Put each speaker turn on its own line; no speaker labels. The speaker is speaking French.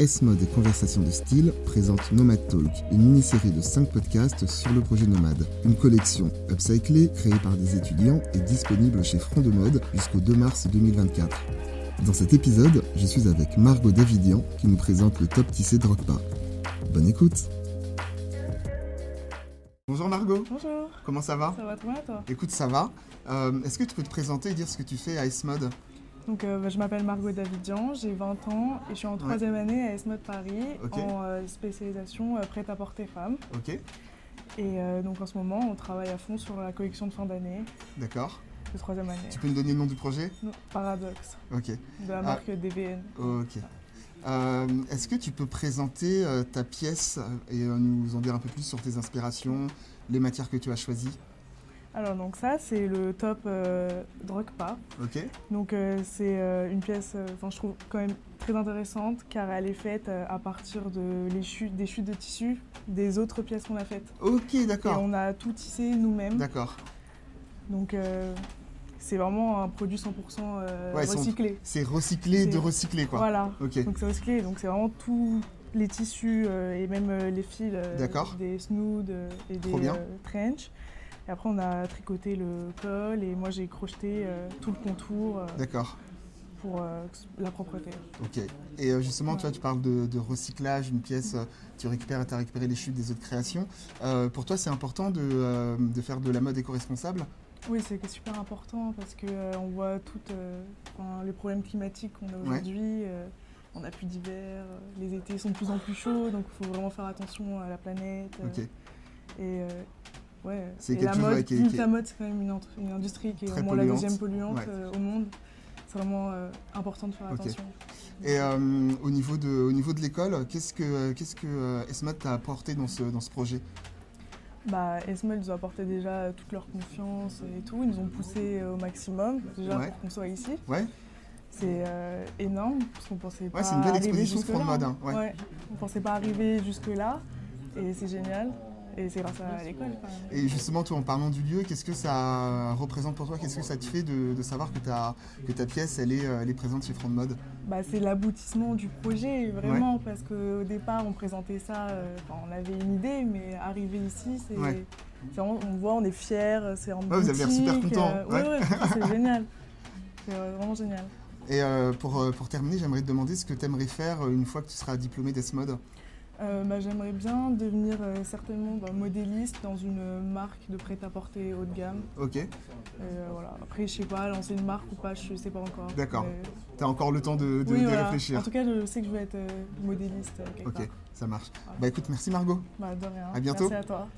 S-Mode et Conversations de style présente Nomad Talk, une mini-série de 5 podcasts sur le projet Nomade. Une collection upcyclée créée par des étudiants et disponible chez Front de Mode jusqu'au 2 mars 2024. Dans cet épisode, je suis avec Margot Davidian qui nous présente le top tissé de Rockpa. Bonne écoute Bonjour Margot,
Bonjour,
comment ça va
ça va trop bien toi
Écoute, ça va. Euh, Est-ce que tu peux te présenter et dire ce que tu fais à S-Mode
Donc euh, bah, je m'appelle Margot Davidian, j'ai 20 ans et je suis en troisième année à ESMOD Paris
Ok.
en euh, spécialisation euh, prêt-à-porter femme.
Ok,
Et euh, donc en ce moment on travaille à fond sur la collection de fin d'année
d'accord.
de troisième année.
Tu peux nous donner le nom du projet
Non, Paradoxe
Ok.
de la marque DVN.
Ok. Euh, Est-ce que tu peux présenter euh, ta pièce et euh, nous en dire un peu plus sur tes inspirations, les matières que tu as choisies
Alors donc ça c'est le top euh, Drogpa.
Ok,
Donc euh, c'est euh, une pièce, euh, enfin, je trouve quand même très intéressante car elle est faite euh, à partir de les chutes, des chutes de tissu des autres pièces qu'on a faites.
ok,
Et
d'accord.
on a tout tissé nous-mêmes.
D'accord.
Donc euh, c'est vraiment un produit 100% euh,
Ouais, cent-
recyclé.
C'est recyclé de
C'est-
recycler, quoi.
Voilà.
Ok,
Donc c'est recyclé, donc c'est vraiment tous les tissus euh, et même euh, les fils euh,
D'accord.
des snoods euh, et des
Trop bien.
euh, trench. Et après on a tricoté le col et moi j'ai crocheté euh, tout le contour euh,
d'accord.
pour euh, la propreté.
Ok. Et euh, justement, tu vois, tu parles de, de recyclage, une pièce, euh, tu récupères, tu as récupéré les chutes des autres créations. Euh, pour toi, c'est important de, euh, de faire de la mode éco-responsable
Oui, c'est super important parce que euh, on voit tout euh, enfin, les problèmes climatiques qu'on a aujourd'hui. euh, on n'a plus d'hiver, euh, les étés sont de plus en plus chauds, donc il faut vraiment faire attention à la planète. euh,
Ok.
Et euh, ouais,
C'est
et
quelque
la
chose,
mode,
ouais, qui est-
vu que
qui est-
la mode, c'est quand même une, entre- une industrie qui est
Très
au moins la
polluante.
deuxième polluante
Ouais.
euh, au monde. C'est vraiment euh, important de faire
Ok.
attention.
Et euh, au niveau de, au niveau de l'école, qu'est-ce que, qu'est-ce que euh, ESMAD t'a apporté dans ce, dans ce projet
Bah, Esmol nous a apporté déjà euh, toute leur confiance et tout. Ils nous ont poussé euh, au maximum, déjà
Ouais.
pour qu'on soit ici.
Ouais.
C'est euh, énorme, parce qu'on pensait pas
Ouais, c'est une belle
arriver
exposition
jusque-là,
Front de Mode,
hein.
hein, ouais.
Ouais. On pensait pas arriver jusque-là, et c'est génial. Et c'est grâce à l'école, quand même.
Et justement, toi, en parlant du lieu, qu'est-ce que ça représente pour toi Qu'est-ce que ça te fait de, de savoir que ta, que ta pièce, elle est, euh, elle est présente chez Front de Mode
Bah, c'est l'aboutissement du projet, vraiment, parce qu'au départ, on présentait ça, euh, enfin, on avait une idée, mais arriver ici, c'est
Ouais.
c'est vraiment- on voit, on est fiers, c'est en
vous avez l'air super
boutique,
content,
euh,
ouais.
ouais, ouais, franchement, c'est génial. C'est euh, vraiment génial.
Et euh, pour, euh, pour terminer, j'aimerais te demander ce que tu aimerais faire euh, une fois que tu seras diplômé d'ESMOD.
Euh, bah, J'aimerais bien devenir euh, certainement bah, modéliste dans une marque de prêt-à-porter haut de gamme.
Ok,
Euh, voilà. Après, je sais pas, lancer une marque ou pas, je sais pas encore.
D'accord.
Mais-
t'as encore le temps de, de-
Oui,
de
voilà. En
réfléchir.
tout cas, je sais que je vais être euh, modéliste euh, quelque
Ok,
part.
ça marche.
Voilà.
Bah écoute, merci Margot.
Bah, de rien.
À bientôt.
Merci à toi.